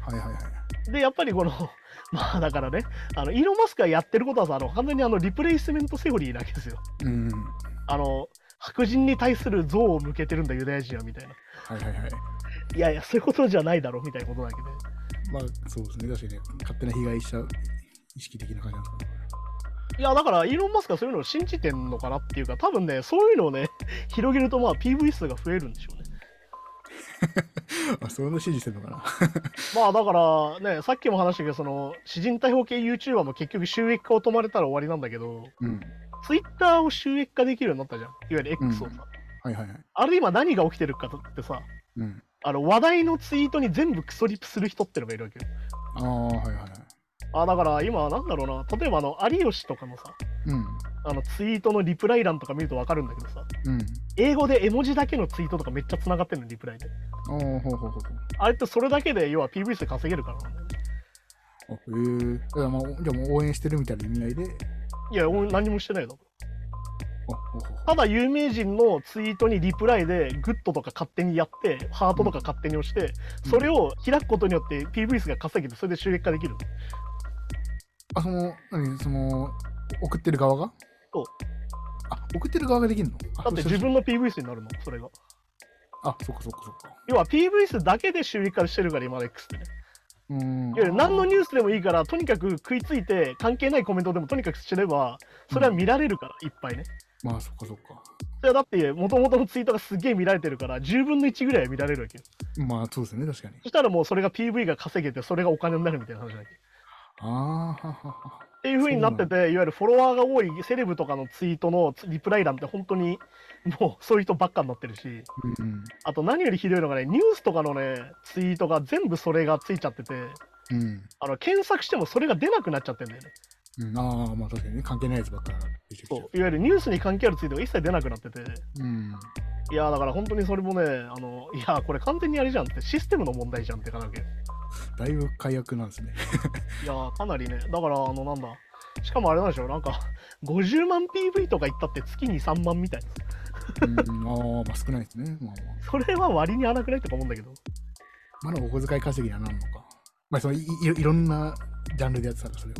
[SPEAKER 3] はいはいはい。
[SPEAKER 2] で、やっぱりこの、 まあだからね、あのイーロン・マスクがやってることはさ、あの完全にあのリプレイスメントセオリーなわけですよ。
[SPEAKER 3] うん。
[SPEAKER 2] あの、白人に対する像を向けてるんだ、ユダヤ人はみたいな。
[SPEAKER 3] はいはいはい。
[SPEAKER 2] いやいや、そういうことじゃないだろみたいなことだけど、
[SPEAKER 3] まあ、そうですね。確かにね、勝手な被害者意識的な感じなんですかね。
[SPEAKER 2] いや、だからイーロン・マスクはそういうのを信じてんのかなっていうか、多分ね、そういうのをね、広げると、まあ PV 数が増えるんでしょうね。
[SPEAKER 3] あ、それの支持してるのかな。
[SPEAKER 2] まあだからね、さっきも話したけど、その、詩人逮捕系 YouTuber も結局収益化を止まれたら終わりなんだけど、
[SPEAKER 3] うん。
[SPEAKER 2] Twitter を収益化できるようになったじゃん。いわゆる X をさ。
[SPEAKER 3] うんはいはいはい。
[SPEAKER 2] あれ今何が起きてるかってさ、
[SPEAKER 3] うん。
[SPEAKER 2] あの話題のツイートに全部クソリプする人ってのがいるわけよ。
[SPEAKER 3] ああ、はいはいはい。
[SPEAKER 2] あだから今なんだろうな、例えばあの有吉とかのさ、
[SPEAKER 3] うん。
[SPEAKER 2] あのツイートのリプライ欄とか見るとわかるんだけどさ、
[SPEAKER 3] うん。
[SPEAKER 2] 英語で絵文字だけのツイートとかめっちゃ繋がってるの、リプライで。
[SPEAKER 3] ああ、ほうほうほうほう。
[SPEAKER 2] あれってそれだけで要は PV 数稼げるからなんだよね。
[SPEAKER 3] あへえ。だからまあ、じゃあもう応援してるみたいな意味合いで。
[SPEAKER 2] いや、俺何もしてないよ。
[SPEAKER 3] あ、ほうほうほ
[SPEAKER 2] ただ有名人のツイートにリプライでグッドとか勝手にやって、ハートとか勝手に押して、
[SPEAKER 3] うん
[SPEAKER 2] それを開くことによって PV 数が稼げて、それで収益化できる。
[SPEAKER 3] うあ、その、何その、送ってる側が
[SPEAKER 2] そう。
[SPEAKER 3] あ、送ってる側ができるのあ
[SPEAKER 2] だって
[SPEAKER 3] そう
[SPEAKER 2] 自
[SPEAKER 3] そう
[SPEAKER 2] 分の PV 数になるの、それが。
[SPEAKER 3] あ、そっかそっかそっか。
[SPEAKER 2] 要は PV 数だけで収益化してるから、今の X ってね。
[SPEAKER 3] うーん。
[SPEAKER 2] いわゆる何のニュースでもいいから、とにかく食いついて、関係ないコメントでもとにかくしてれば、それは見られるから、いっぱいね。
[SPEAKER 3] まあ、そっかそっか。
[SPEAKER 2] それはだって、もともとのツイートがすげえ見られてるから、10分の1ぐらいは見られるわけよ。
[SPEAKER 3] まあ、そうですね、確かに。
[SPEAKER 2] そしたらもうそれが PV が稼げて、それがお金になるみたいな話だけ。
[SPEAKER 3] ああ、ははは。
[SPEAKER 2] っていう風になってて、いわゆるフォロワーが多いセレブとかのツイートのリプライ欄って本当にもうそういう人ばっかになってるし、
[SPEAKER 3] うん。
[SPEAKER 2] あと何よりひどいのがね、ニュースとかのね、ツイートが全部それがついちゃってて、
[SPEAKER 3] うん。
[SPEAKER 2] あの検索してもそれが出なくなっちゃってんだよね。
[SPEAKER 3] うん、ああ、まあ確かにね、関係ないやつばっかり出てき
[SPEAKER 2] そ
[SPEAKER 3] て
[SPEAKER 2] う。いわゆるニュースに関係あるツイートが一切出なくなってて、
[SPEAKER 3] うん。
[SPEAKER 2] いやーだから本当にそれもね、あの、いやーこれ完全にあれじゃんって、システムの問題じゃんってかなわけ。い
[SPEAKER 3] だいぶ解約なんですね。
[SPEAKER 2] やーかなりね、だからあのなんだ、しかもあれなんでしょう、なんか50万 PV とか言ったって月に3万みたいな。
[SPEAKER 3] うん、ああ、まあ少ないですね。まあまあ。
[SPEAKER 2] それは割に荒くないとか思うんだけど。
[SPEAKER 3] まだお小遣い稼ぎにはなんのか。まあそのいいいろんなジャンルでやってたらそれを。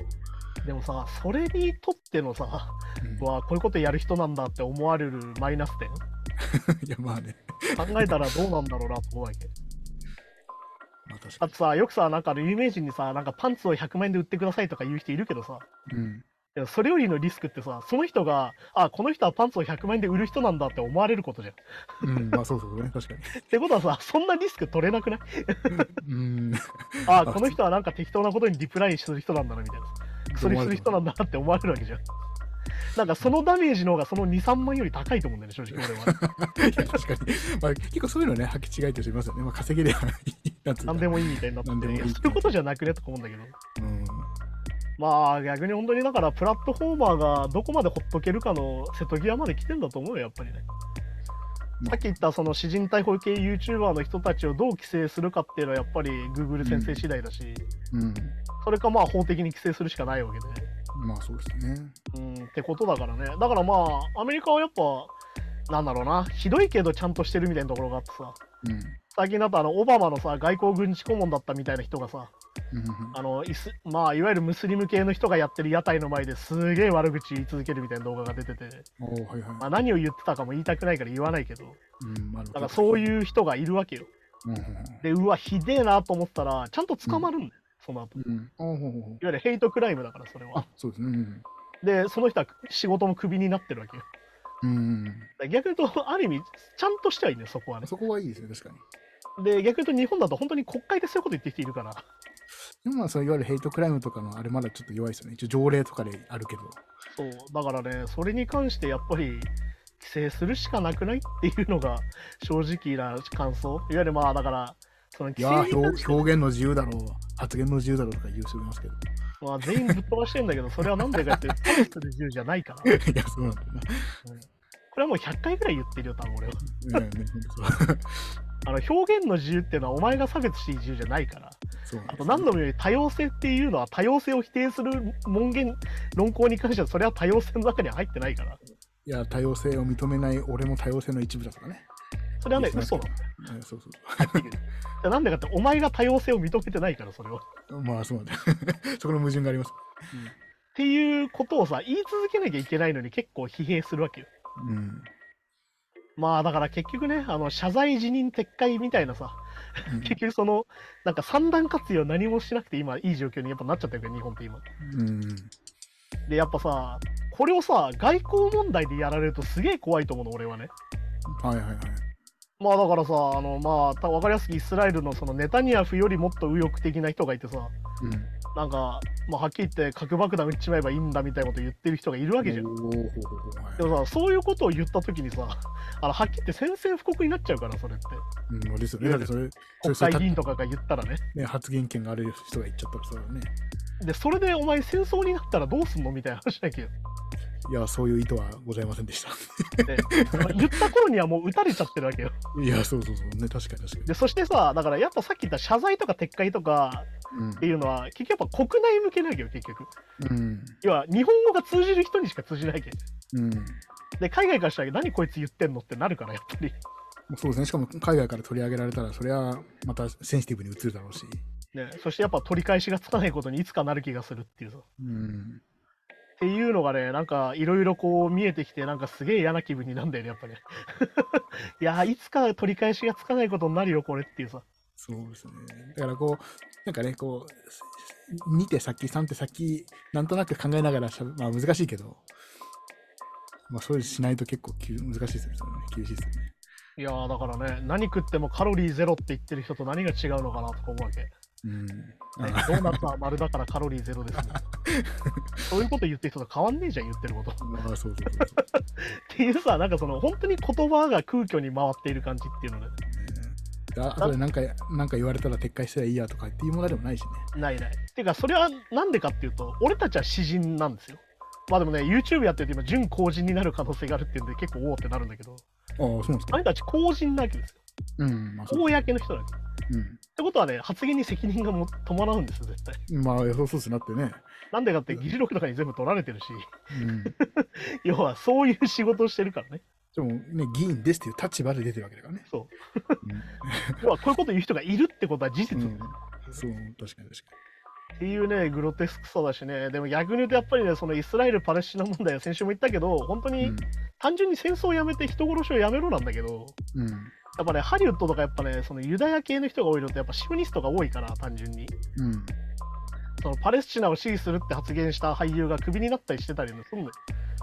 [SPEAKER 2] でもさ、それにとってのさ、
[SPEAKER 3] うん
[SPEAKER 2] うわこういうことやる人なんだって思われるマイナス点、
[SPEAKER 3] いやまあね。
[SPEAKER 2] 考えたらどうなんだろうなと思うわけ。
[SPEAKER 3] まあ確か
[SPEAKER 2] あとさ、よくさ、なんかあの有名人にさ、なんかパンツを100万円で売ってくださいとか言う人いるけどさ、
[SPEAKER 3] に。うん。
[SPEAKER 2] でもそれよりのリスクってさ、その人が、あ、この人はパンツを100万円で売る人なんだって思われることじゃん。
[SPEAKER 3] うん、まあそうそうね、確かに。
[SPEAKER 2] ってことはさ、そんなリスク取れなくない
[SPEAKER 3] うん。
[SPEAKER 2] あ、この人はなんか適当なことにリプライする人なんだなみたいな。 それする人なん
[SPEAKER 3] だ。
[SPEAKER 2] だなって思われるわけじゃん。なんかそのダメージの方がその2、3万より高いと思うんだよね、正直俺は。
[SPEAKER 3] いや確かに。まあ結構そういうのね、履き違えてる人いますよね。まあ稼げりゃいい。なんつうか
[SPEAKER 2] 何でもいいみたいになって
[SPEAKER 3] 何で
[SPEAKER 2] て、
[SPEAKER 3] もい
[SPEAKER 2] い
[SPEAKER 3] い
[SPEAKER 2] やそういうことじゃなくねとか思うんだけど、
[SPEAKER 3] うん。
[SPEAKER 2] まあ逆に本当にだから、プラットフォーマーがどこまでほっとけるかの瀬戸際まで来てんだと思うよ、やっぱりね。さっき言ったその詩人逮捕系 YouTuber の人たちをどう規制するかっていうのはやっぱり Google 先生次第だし、
[SPEAKER 3] うん。
[SPEAKER 2] それかまあ法的に規制するしかないわけで、
[SPEAKER 3] まあそうですね。
[SPEAKER 2] うん、ってことだからね。だからまあ、アメリカはやっぱ、なんだろうな、ひどいけどちゃんとしてるみたいなところがあってさ、
[SPEAKER 3] うん。
[SPEAKER 2] 最近だとあのオバマのさ、外交軍事顧問だったみたいな人がさ、
[SPEAKER 3] うん
[SPEAKER 2] あのイスまあ、いわゆるムスリム系の人がやってる屋台の前ですげえ悪口言い続けるみたいな動画が出てて、
[SPEAKER 3] うん。おーはいはい
[SPEAKER 2] ま。あ、何を言ってたかも言いたくないから言わないけど、
[SPEAKER 3] うん、まあ、
[SPEAKER 2] だからそう
[SPEAKER 3] う。
[SPEAKER 2] いう人がいるわけよ。
[SPEAKER 3] うんうん
[SPEAKER 2] で、うわ、ひでえなと思ったら、ちゃんと捕まるんだよ、その後
[SPEAKER 3] うん。うん。おーほうほう
[SPEAKER 2] い
[SPEAKER 3] ほう
[SPEAKER 2] わゆるヘイトクライムだから、それは
[SPEAKER 3] あ。、そうですね。うん
[SPEAKER 2] で、その人は仕事もクビになってるわけよ。
[SPEAKER 3] うん。うんうん
[SPEAKER 2] だから逆に言うと、ある意味、ちゃんとしてはいいんだよ、そこは
[SPEAKER 3] うん。
[SPEAKER 2] ね。
[SPEAKER 3] そこはいいですね、確かに。
[SPEAKER 2] で、逆に言うと、日本だと本当に国会でそういうこと言ってきているから、
[SPEAKER 3] でもまあ、そういわゆるヘイトクライムとかのあれまだちょっと弱いですよね。一応条例とかであるけど。
[SPEAKER 2] そう、だからね、それに関してやっぱり、規制するしかなくないっていうのが正直な感想。いわゆるまあ、だから、その
[SPEAKER 3] い
[SPEAKER 2] 規
[SPEAKER 3] や
[SPEAKER 2] 制 に
[SPEAKER 3] ー
[SPEAKER 2] 関
[SPEAKER 3] 表、
[SPEAKER 2] して
[SPEAKER 3] 表現の自由だろう、発言の自由だろうとか言う人いますけど。
[SPEAKER 2] まあ、全員ぶっ飛ばしてんだけど、それはなんでかっていうと、パレスで自由じゃないから。こ
[SPEAKER 3] いや、そうなんだよな。
[SPEAKER 2] れはもう100回ぐらい言ってるよ、多分俺は。
[SPEAKER 3] うんね、ほんとそう
[SPEAKER 2] あの表現の自由っていうのは、お前が差別していい自由じゃないから。
[SPEAKER 3] そうなん
[SPEAKER 2] あ
[SPEAKER 3] です
[SPEAKER 2] と
[SPEAKER 3] よ
[SPEAKER 2] 何度も言うように多様性っていうのは多様性を否定する文言論考に関してはそれは多様性の中には入ってないから
[SPEAKER 3] いや、多様性を認めない俺も多様性の一部だとかね。
[SPEAKER 2] それはね
[SPEAKER 3] 言って
[SPEAKER 2] 嘘
[SPEAKER 3] ま
[SPEAKER 2] な
[SPEAKER 3] す
[SPEAKER 2] の
[SPEAKER 3] けどうんそうそう
[SPEAKER 2] でなんでかってお前が多様性を認めてないからそれをっ
[SPEAKER 3] そう。まあ、そうなんだよ。 そこの矛盾があります。
[SPEAKER 2] ていうことをさ言い続けなきゃいけないのに結構疲弊するわけよ
[SPEAKER 3] うん。
[SPEAKER 2] まあだから結局ねあの謝罪辞任撤回みたいなさ結局そのなんか三段活用何もしなくて今いい状況にやっぱなっちゃってるから日本って今
[SPEAKER 3] うん。
[SPEAKER 2] でやっぱさこれをさ外交問題でやられるとすげえ怖いと思うの俺はね
[SPEAKER 3] はいはいはい。
[SPEAKER 2] まあだからさ、あのまあ、た分かりやすくイスラエルのそのネタニヤフよりもっと右翼的な人がいてさ、
[SPEAKER 3] うん。
[SPEAKER 2] なんか、まあ、はっきり言って核爆弾撃っちまえばいいんだみたいなこと言ってる人がいるわけじゃん。
[SPEAKER 3] おーほうほうほうはい
[SPEAKER 2] でもさ、そういうことを言ったときにさ、 あのはっきり言って宣戦布告になっちゃうから、それって。
[SPEAKER 3] うん、そうですよね。だってそれ、
[SPEAKER 2] 国
[SPEAKER 3] それ
[SPEAKER 2] 会議員とかが言ったらね。
[SPEAKER 3] ね、発言権がある人が言っちゃったらそうだね。
[SPEAKER 2] で、それでお前戦争になったらどうすんのみたいな話だけど。
[SPEAKER 3] いや、そういう意図はございませんでした。
[SPEAKER 2] ま あ言った頃にはもう撃たれちゃってるわけよ。
[SPEAKER 3] いや、そうそうそう。ね、確かに確か
[SPEAKER 2] で、そしてさ、だからやっぱさっき言った謝罪とか撤回とかって
[SPEAKER 3] に。
[SPEAKER 2] いうのは、結局やっぱ国内向けなわけよ、結局。
[SPEAKER 3] うん。
[SPEAKER 2] 要は日本語が通じる人にしか通じないわけど。
[SPEAKER 3] うん。うん
[SPEAKER 2] で海外からしたら何こいつ言ってんのってなるからやっぱり、
[SPEAKER 3] そうですね。しかも海外から取り上げられたら、それはまたセンシティブに映るだろうし。
[SPEAKER 2] ね、そしてやっぱ取り返しがつかないことにいつかなる気がするっていうさっ
[SPEAKER 3] うん。
[SPEAKER 2] ていうのがねなんかいろいろこう見えてきてなんかすげえ嫌な気分になるんだよねやっぱね いやーいつか取り返しがつかないことになるよこれっていうさ
[SPEAKER 3] そうですね。だからこう、なんかね、こう、2手先、3手先、なんとなく考えながらしゃべまあ難しいけど、まあそういうしないと結構きゅ難しいですよね。それね厳しいですよね。
[SPEAKER 2] いやーだからね何食ってもカロリーゼロって言ってる人と何が違うのかなとか思うわけ、ね、
[SPEAKER 3] うん。
[SPEAKER 2] ド
[SPEAKER 3] あ
[SPEAKER 2] ーナツは丸だからカロリーゼロです ねそういうこと言ってる人と変わんねえじゃん言ってること
[SPEAKER 3] まあそうそうそうそう。
[SPEAKER 2] っていうさなんかその本当に言葉が空虚に回っている感じっていうのね
[SPEAKER 3] あとで何かなんか言われたら撤回したらいいやとかっていうものでもないしね。
[SPEAKER 2] ないない。てか、それはなんでかっていうと、俺たちは詩人なんですよ。まあでもね、YouTube やってると今、準公人になる可能性があるっていうんで、結構おおってなるんだけど、
[SPEAKER 3] ああ、そうなんです
[SPEAKER 2] あ。れたち公人なわけですよ。
[SPEAKER 3] うん、まあそう。
[SPEAKER 2] 公の人だけ。ってことはね、発言に責任がも伴うんですよ、絶対。
[SPEAKER 3] うん、まあ、予想そうっすなってね。
[SPEAKER 2] なんでかって、議事録とかに全部取られてるし、
[SPEAKER 3] うん。で
[SPEAKER 2] 要はそういう仕事をしてるからね。
[SPEAKER 3] もね、議員ですっていう立場で出てるわけだからね。
[SPEAKER 2] そう。要はこういうこと言う人がいるってことは事
[SPEAKER 3] う
[SPEAKER 2] 実。
[SPEAKER 3] ん。うんそう、確かに確か
[SPEAKER 2] っていうね、グロテスクさだしね、でも逆に言うとやっぱりね、そのイスラエル・パレスチナ問題は先週も言ったけど、本当
[SPEAKER 3] に。う
[SPEAKER 2] に
[SPEAKER 3] ん
[SPEAKER 2] 単純に戦争をやめて人殺しをやめろなんだけど、
[SPEAKER 3] うん。
[SPEAKER 2] やっぱね、ハリウッドとかやっぱね、そのユダヤ系の人が多いのって、やっぱシオニストが多いから、単純に。
[SPEAKER 3] うん。
[SPEAKER 2] そのパレスチナを支持するって発言した俳優がクビになったりしてたりもするのよ。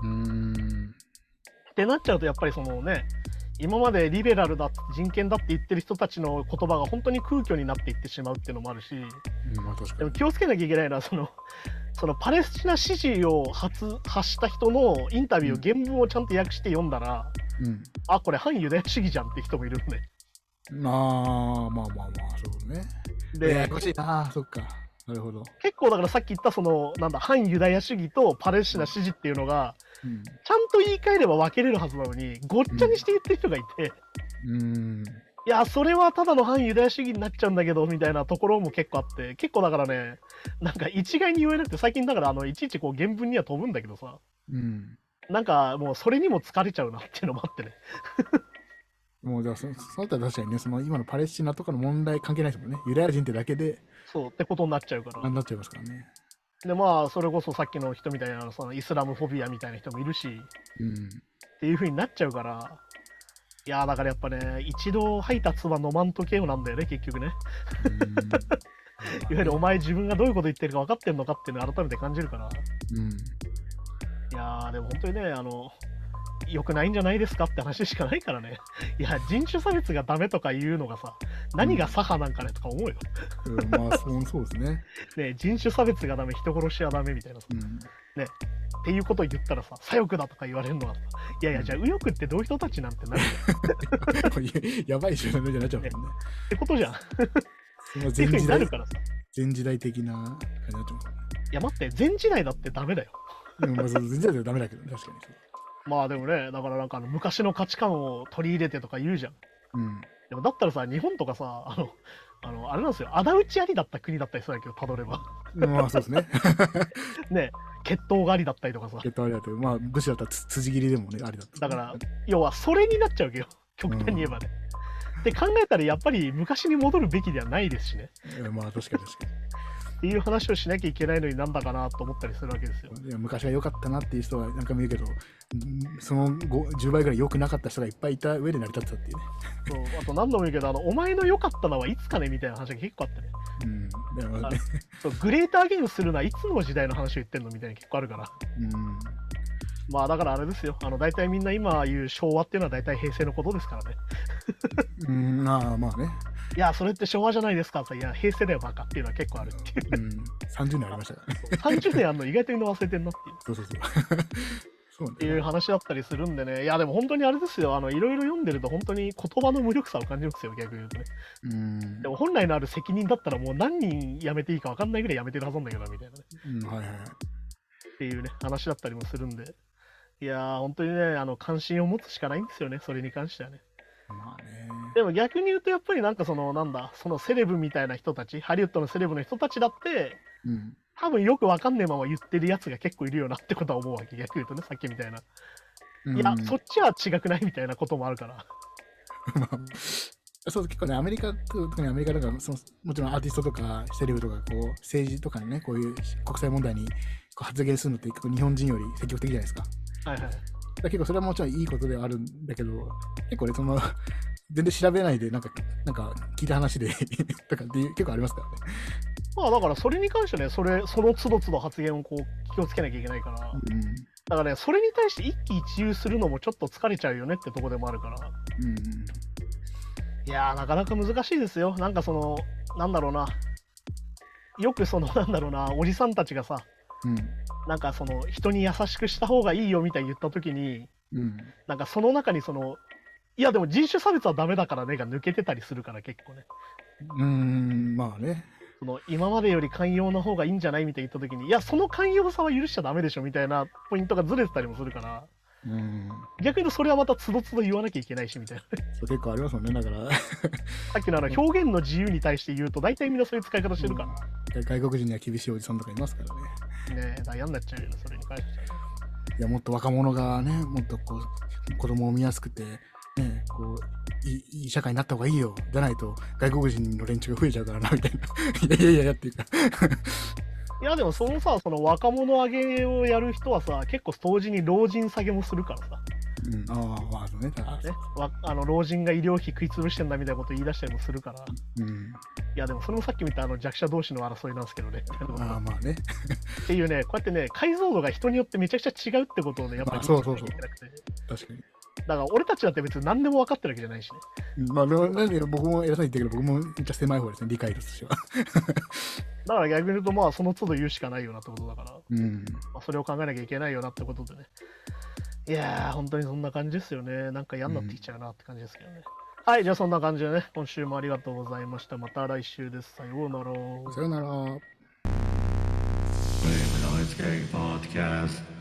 [SPEAKER 3] うん。
[SPEAKER 2] ってなっちゃうと、やっぱりそのね、今までリベラルだ、人権だって言ってる人たちの言葉が本当に空虚になっていってしまうっていうのもあるし、
[SPEAKER 3] まあ確か
[SPEAKER 2] でも
[SPEAKER 3] に。
[SPEAKER 2] 気をつけなきゃいけないのは、その、そのパレスチナ支持を発発した人のインタビュー、原文をちゃんと訳して読んだら、
[SPEAKER 3] うん。
[SPEAKER 2] あ、これ反ユダヤ主義じゃんって人もいるのね。
[SPEAKER 3] まあ、まあまあまあ、そうね。
[SPEAKER 2] で、
[SPEAKER 3] ややこしいな、そっか。なるほど。
[SPEAKER 2] 結構だからさっき言ったそのなんだ反ユダヤ主義とパレスチナ支持っていうのが
[SPEAKER 3] うん。
[SPEAKER 2] ちゃんと言い換えれば分けれるはずなのにごっちゃにして言ってる人がいて、い
[SPEAKER 3] うん。
[SPEAKER 2] やそれはただの反ユダヤ主義になっちゃうんだけどみたいなところも結構あって結構だからねなんか一概に言えなくて最近だからあのいちいちこう原文には飛ぶんだけどさ
[SPEAKER 3] うん。
[SPEAKER 2] なんかもうそれにも疲れちゃうなっていうのもあってね。
[SPEAKER 3] もうじゃあそ、そうだったら確かにね、その今のパレスチナとかの問題関係ないですもんね。ユダヤ人ってだけで、
[SPEAKER 2] そうってことになっちゃうから
[SPEAKER 3] あ。んなっちゃいますからね。
[SPEAKER 2] でまあそれこそさっきの人みたいなそのイスラムフォビアみたいな人もいるし
[SPEAKER 3] うん。
[SPEAKER 2] っていう風になっちゃうからいやーだからやっぱね一度吐いた唾飲まんとけよなんだよね結局ねいわゆるお前自分がどういうこと言ってるか分かってんのかっていうのを改めて感じるから
[SPEAKER 3] うん。
[SPEAKER 2] いやーでも本当にねあの良くないんじゃないですかって話しかないからね いや人種差別がダメとか言うのがさ何が左派なんかねとか思うよ、
[SPEAKER 3] うんまあ、そうそうですね。
[SPEAKER 2] ねえ人種差別がダメ人殺しはダメみたいなさ
[SPEAKER 3] うん。
[SPEAKER 2] っていうことを言ったらさ左翼だとか言われるのはさいやいやじゃあ右翼ってどういう人たちなんてなるよ
[SPEAKER 3] こういうや ばい集団じゃなっちゃうもんね。
[SPEAKER 2] ってことじゃん
[SPEAKER 3] そ
[SPEAKER 2] ってい
[SPEAKER 3] の
[SPEAKER 2] う
[SPEAKER 3] 全
[SPEAKER 2] ふうに
[SPEAKER 3] 時
[SPEAKER 2] な
[SPEAKER 3] 代
[SPEAKER 2] る、からさ。い
[SPEAKER 3] 全時代的な感じになっちゃう
[SPEAKER 2] や待って、全時代だってダメだよ。
[SPEAKER 3] もんね。うんまあ、そう全時代じゃダメだけど、確かに。
[SPEAKER 2] まあでもね、だからなんかあの昔の価値観を取り入れてとか言うじゃん。
[SPEAKER 3] うん。
[SPEAKER 2] でもだったらさ、日本とかさ、あの、あのあれなんですよ、仇討ちありだった国だったりするんだけど、たどれば。
[SPEAKER 3] まあそうですね。
[SPEAKER 2] ね、血統がありだったりとかさ。
[SPEAKER 3] えっと、あれだと、まあ、武士だったらつ辻切りでもね、ありだっ
[SPEAKER 2] だ
[SPEAKER 3] た。
[SPEAKER 2] から、要はそれになっちゃうわけよ、極端に言えばね。って考えたら、やっぱり昔に戻るべきではないですしね。
[SPEAKER 3] うん、まあ、確かに確か
[SPEAKER 2] っていう話をしなきゃいけないのになんだかなと思ったりするわけですよ。
[SPEAKER 3] に。いや昔が良かったなっていう人は何回も言うけど、うんその5 10倍ぐらい良くなかった人がいっぱいいた上で成り立ってたっていうね。
[SPEAKER 2] そうあと何度も言うけど、あのお前の良かったのはいつかねみたいな話が結構あってね。
[SPEAKER 3] うん。だからま
[SPEAKER 2] あ
[SPEAKER 3] あ
[SPEAKER 2] そうグレーターゲインするのはいつの時代の話を言ってんのみたいな結構あるから
[SPEAKER 3] うん
[SPEAKER 2] まあだからあれですよあの大体みんな今言う昭和っていうのは大体平成のことですからね
[SPEAKER 3] うん、まあまあね、
[SPEAKER 2] いやそれって昭和じゃないですかさいや平成だよバカっていうのは結構あるっていう
[SPEAKER 3] うん、30年ありましたからね。
[SPEAKER 2] 30年あんの意外とみんな忘れてんなっていうっ
[SPEAKER 3] そうそうそう。そう
[SPEAKER 2] ていう話だったりするんでねいやでも本当にあれですよあのいろいろ読んでると本当に言葉の無力さを感じるんですよ逆に言うとね
[SPEAKER 3] うん
[SPEAKER 2] でも本来のある責任だったらもう何人辞めていいか分かんないぐらい辞めてるはずなんだけどなみたいなね
[SPEAKER 3] うん、はいはいはい。
[SPEAKER 2] っていうね話だったりもするんでいやー本当にねあの関心を持つしかないんですよねそれに関してはね
[SPEAKER 3] まあね。
[SPEAKER 2] でも逆に言うとやっぱりなんかそのなんだそのセレブみたいな人たちハリウッドのセレブの人たちだって
[SPEAKER 3] うん。
[SPEAKER 2] 多分よくわかんねえまま言ってるやつが結構いるよなってことは思うわけ逆に言うとねさっきみたいな、いや
[SPEAKER 3] うん
[SPEAKER 2] そっちは違くないみたいなこともあるから
[SPEAKER 3] まあ、そう結構ね、アメリカ、特にアメリカとかその、もちろんアーティストとか、セレブとか、こう政治とかにね、こういう国際問題にこう発言するのって、結構日本人より積極的じゃないですか。だか
[SPEAKER 2] はいはい
[SPEAKER 3] ら結構それはもちろんいいことではあるんだけど、結構ね、その、全然調べないで、なんか、なんか聞いた話で とかっていう、結構ありますからね。
[SPEAKER 2] まあだからそれに関してねそれその都度都度発言をこう気をつけなきゃいけないからだからねそれに対して一喜一憂するのもちょっと疲れちゃうよねってとこでもあるから
[SPEAKER 3] うん。うん。
[SPEAKER 2] いやーなかなか難しいですよなんかそのなんだろうなよくそのなんだろうなおじさんたちがさ
[SPEAKER 3] うん。
[SPEAKER 2] なんかその人に優しくした方がいいよみたいに言った時に
[SPEAKER 3] うん。
[SPEAKER 2] なんかその中にそのいやでも人種差別はダメだからねが抜けてたりするから結構ね
[SPEAKER 3] うん、まあね。
[SPEAKER 2] その今までより寛容な方がいいんじゃないみたいに言った時にいやその寛容さは許しちゃダメでしょみたいなポイントがずれてたりもするから
[SPEAKER 3] うん。
[SPEAKER 2] 逆にそれはまたつどつど言わなきゃいけないしみたいな
[SPEAKER 3] そう結構ありますもんね、だから。
[SPEAKER 2] さっきのあの表現の自由に対して言うと大体みんなそういう使い方してるから、
[SPEAKER 3] うん外国人には厳しいおじさんとかいますからね。
[SPEAKER 2] ねえだから嫌になっちゃうよねそれに関してはね
[SPEAKER 3] いやもっと若者がね、もっとこう子供を見やすくて、ね、こういいいい社会になった方がいいよ、じゃないと外国人の連中が増えちゃうからな、みたいな。 いやいやいやっていうか。
[SPEAKER 2] いやでもそのさその若者上げをやる人はさ結構同時に老人下げもするからさ、
[SPEAKER 3] うん、ああ、まあそうね、ただ、
[SPEAKER 2] ね、わあの老人が医療費食い潰してんだみたいなこと言い出したりもするから
[SPEAKER 3] うん、
[SPEAKER 2] いやでもそれもさっき見たあの弱者同士の争いなんですけどね
[SPEAKER 3] ああ、まあね。
[SPEAKER 2] っていうねこうやってね解像度が人によってめちゃくちゃ違うってことをねやっぱ
[SPEAKER 3] ま
[SPEAKER 2] り
[SPEAKER 3] あそうそうそう
[SPEAKER 2] 理解しなきゃいけなくて
[SPEAKER 3] 確かに。
[SPEAKER 2] だから俺たちだって別に何でも分かってるわけじゃないしね
[SPEAKER 3] うんまあ、でもなんで僕も偉そうに言ってるけど、僕もめっちゃ狭い方ですね、理解としては。
[SPEAKER 2] だから逆に言うとまあその都度言うしかないよなってことだから、
[SPEAKER 3] うん。
[SPEAKER 2] まあ、それを考えなきゃいけないよなってことでねいやー本当にそんな感じですよねなんか嫌になってきちゃうなって感じですけどね、はいじゃあそんな感じでね今週もありがとうございましたまた来週ですさようなら
[SPEAKER 3] さよなら。
[SPEAKER 1] Blame an Ice Game Podcast.